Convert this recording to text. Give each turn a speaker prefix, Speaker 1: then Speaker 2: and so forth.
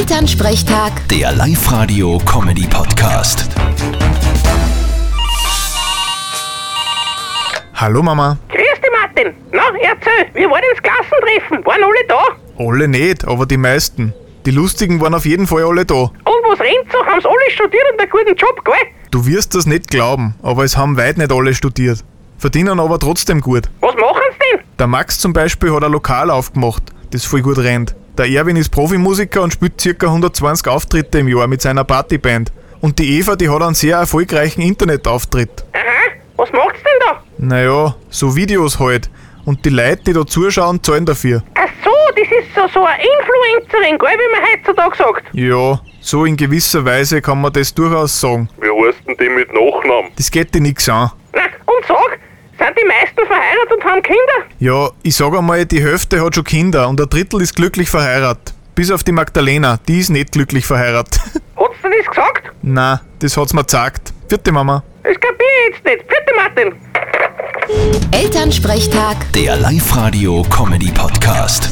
Speaker 1: Elternsprechtag,
Speaker 2: Der Live-Radio-Comedy-Podcast.
Speaker 3: Hallo Mama.
Speaker 4: Grüß dich, Martin. Na, erzähl, wie war denn das Klassentreffen? Waren alle da?
Speaker 3: Alle nicht, aber die meisten. Die Lustigen waren auf jeden Fall alle da.
Speaker 4: Und was rennt's so? Haben's alle studiert und einen guten Job, gell?
Speaker 3: Du wirst das nicht glauben, aber es haben weit nicht alle studiert. Verdienen aber trotzdem gut.
Speaker 4: Was machen's denn?
Speaker 3: Der Max zum Beispiel hat ein Lokal aufgemacht, das voll gut rennt. Der Erwin ist Profimusiker und spielt ca. 120 Auftritte im Jahr mit seiner Partyband. Und die Eva, die hat einen sehr erfolgreichen Internetauftritt.
Speaker 4: Aha, was macht's denn da?
Speaker 3: Naja, so Videos halt. Und die Leute, die da zuschauen, zahlen dafür.
Speaker 4: Ach so, das ist so, so eine Influencerin, gell, wie man heutzutage sagt.
Speaker 3: Ja, so in gewisser Weise kann man das durchaus sagen.
Speaker 5: Wie heißt denn die mit Nachnamen?
Speaker 3: Das geht dir nix an.
Speaker 4: Na, und sag, sind die meisten verheiratet und haben Kinder?
Speaker 3: Ja, ich sag einmal, die Hälfte hat schon Kinder und ein Drittel ist glücklich verheiratet. Bis auf die Magdalena, die ist nicht glücklich verheiratet.
Speaker 4: Hat's dir das gesagt?
Speaker 3: Na, das hat's mir gesagt. Vierte Mama.
Speaker 4: Das kapier ich jetzt nicht. Bitte, Martin.
Speaker 1: Elternsprechtag.
Speaker 2: Der Live-Radio-Comedy-Podcast.